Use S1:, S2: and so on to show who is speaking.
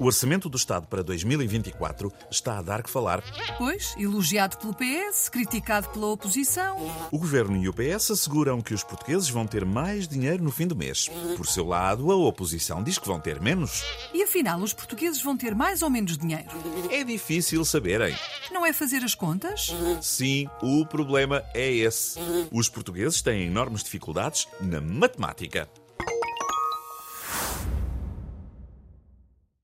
S1: O orçamento do Estado para 2024 está a dar que falar.
S2: Pois, elogiado pelo PS, criticado pela oposição.
S1: O governo e o PS asseguram que os portugueses vão ter mais dinheiro no fim do mês. Por seu lado, a oposição diz que vão ter menos.
S2: E afinal, os portugueses vão ter mais ou menos dinheiro?
S1: É difícil saberem.
S2: Não é fazer as contas?
S1: Sim, o problema é esse. Os portugueses têm enormes dificuldades na matemática.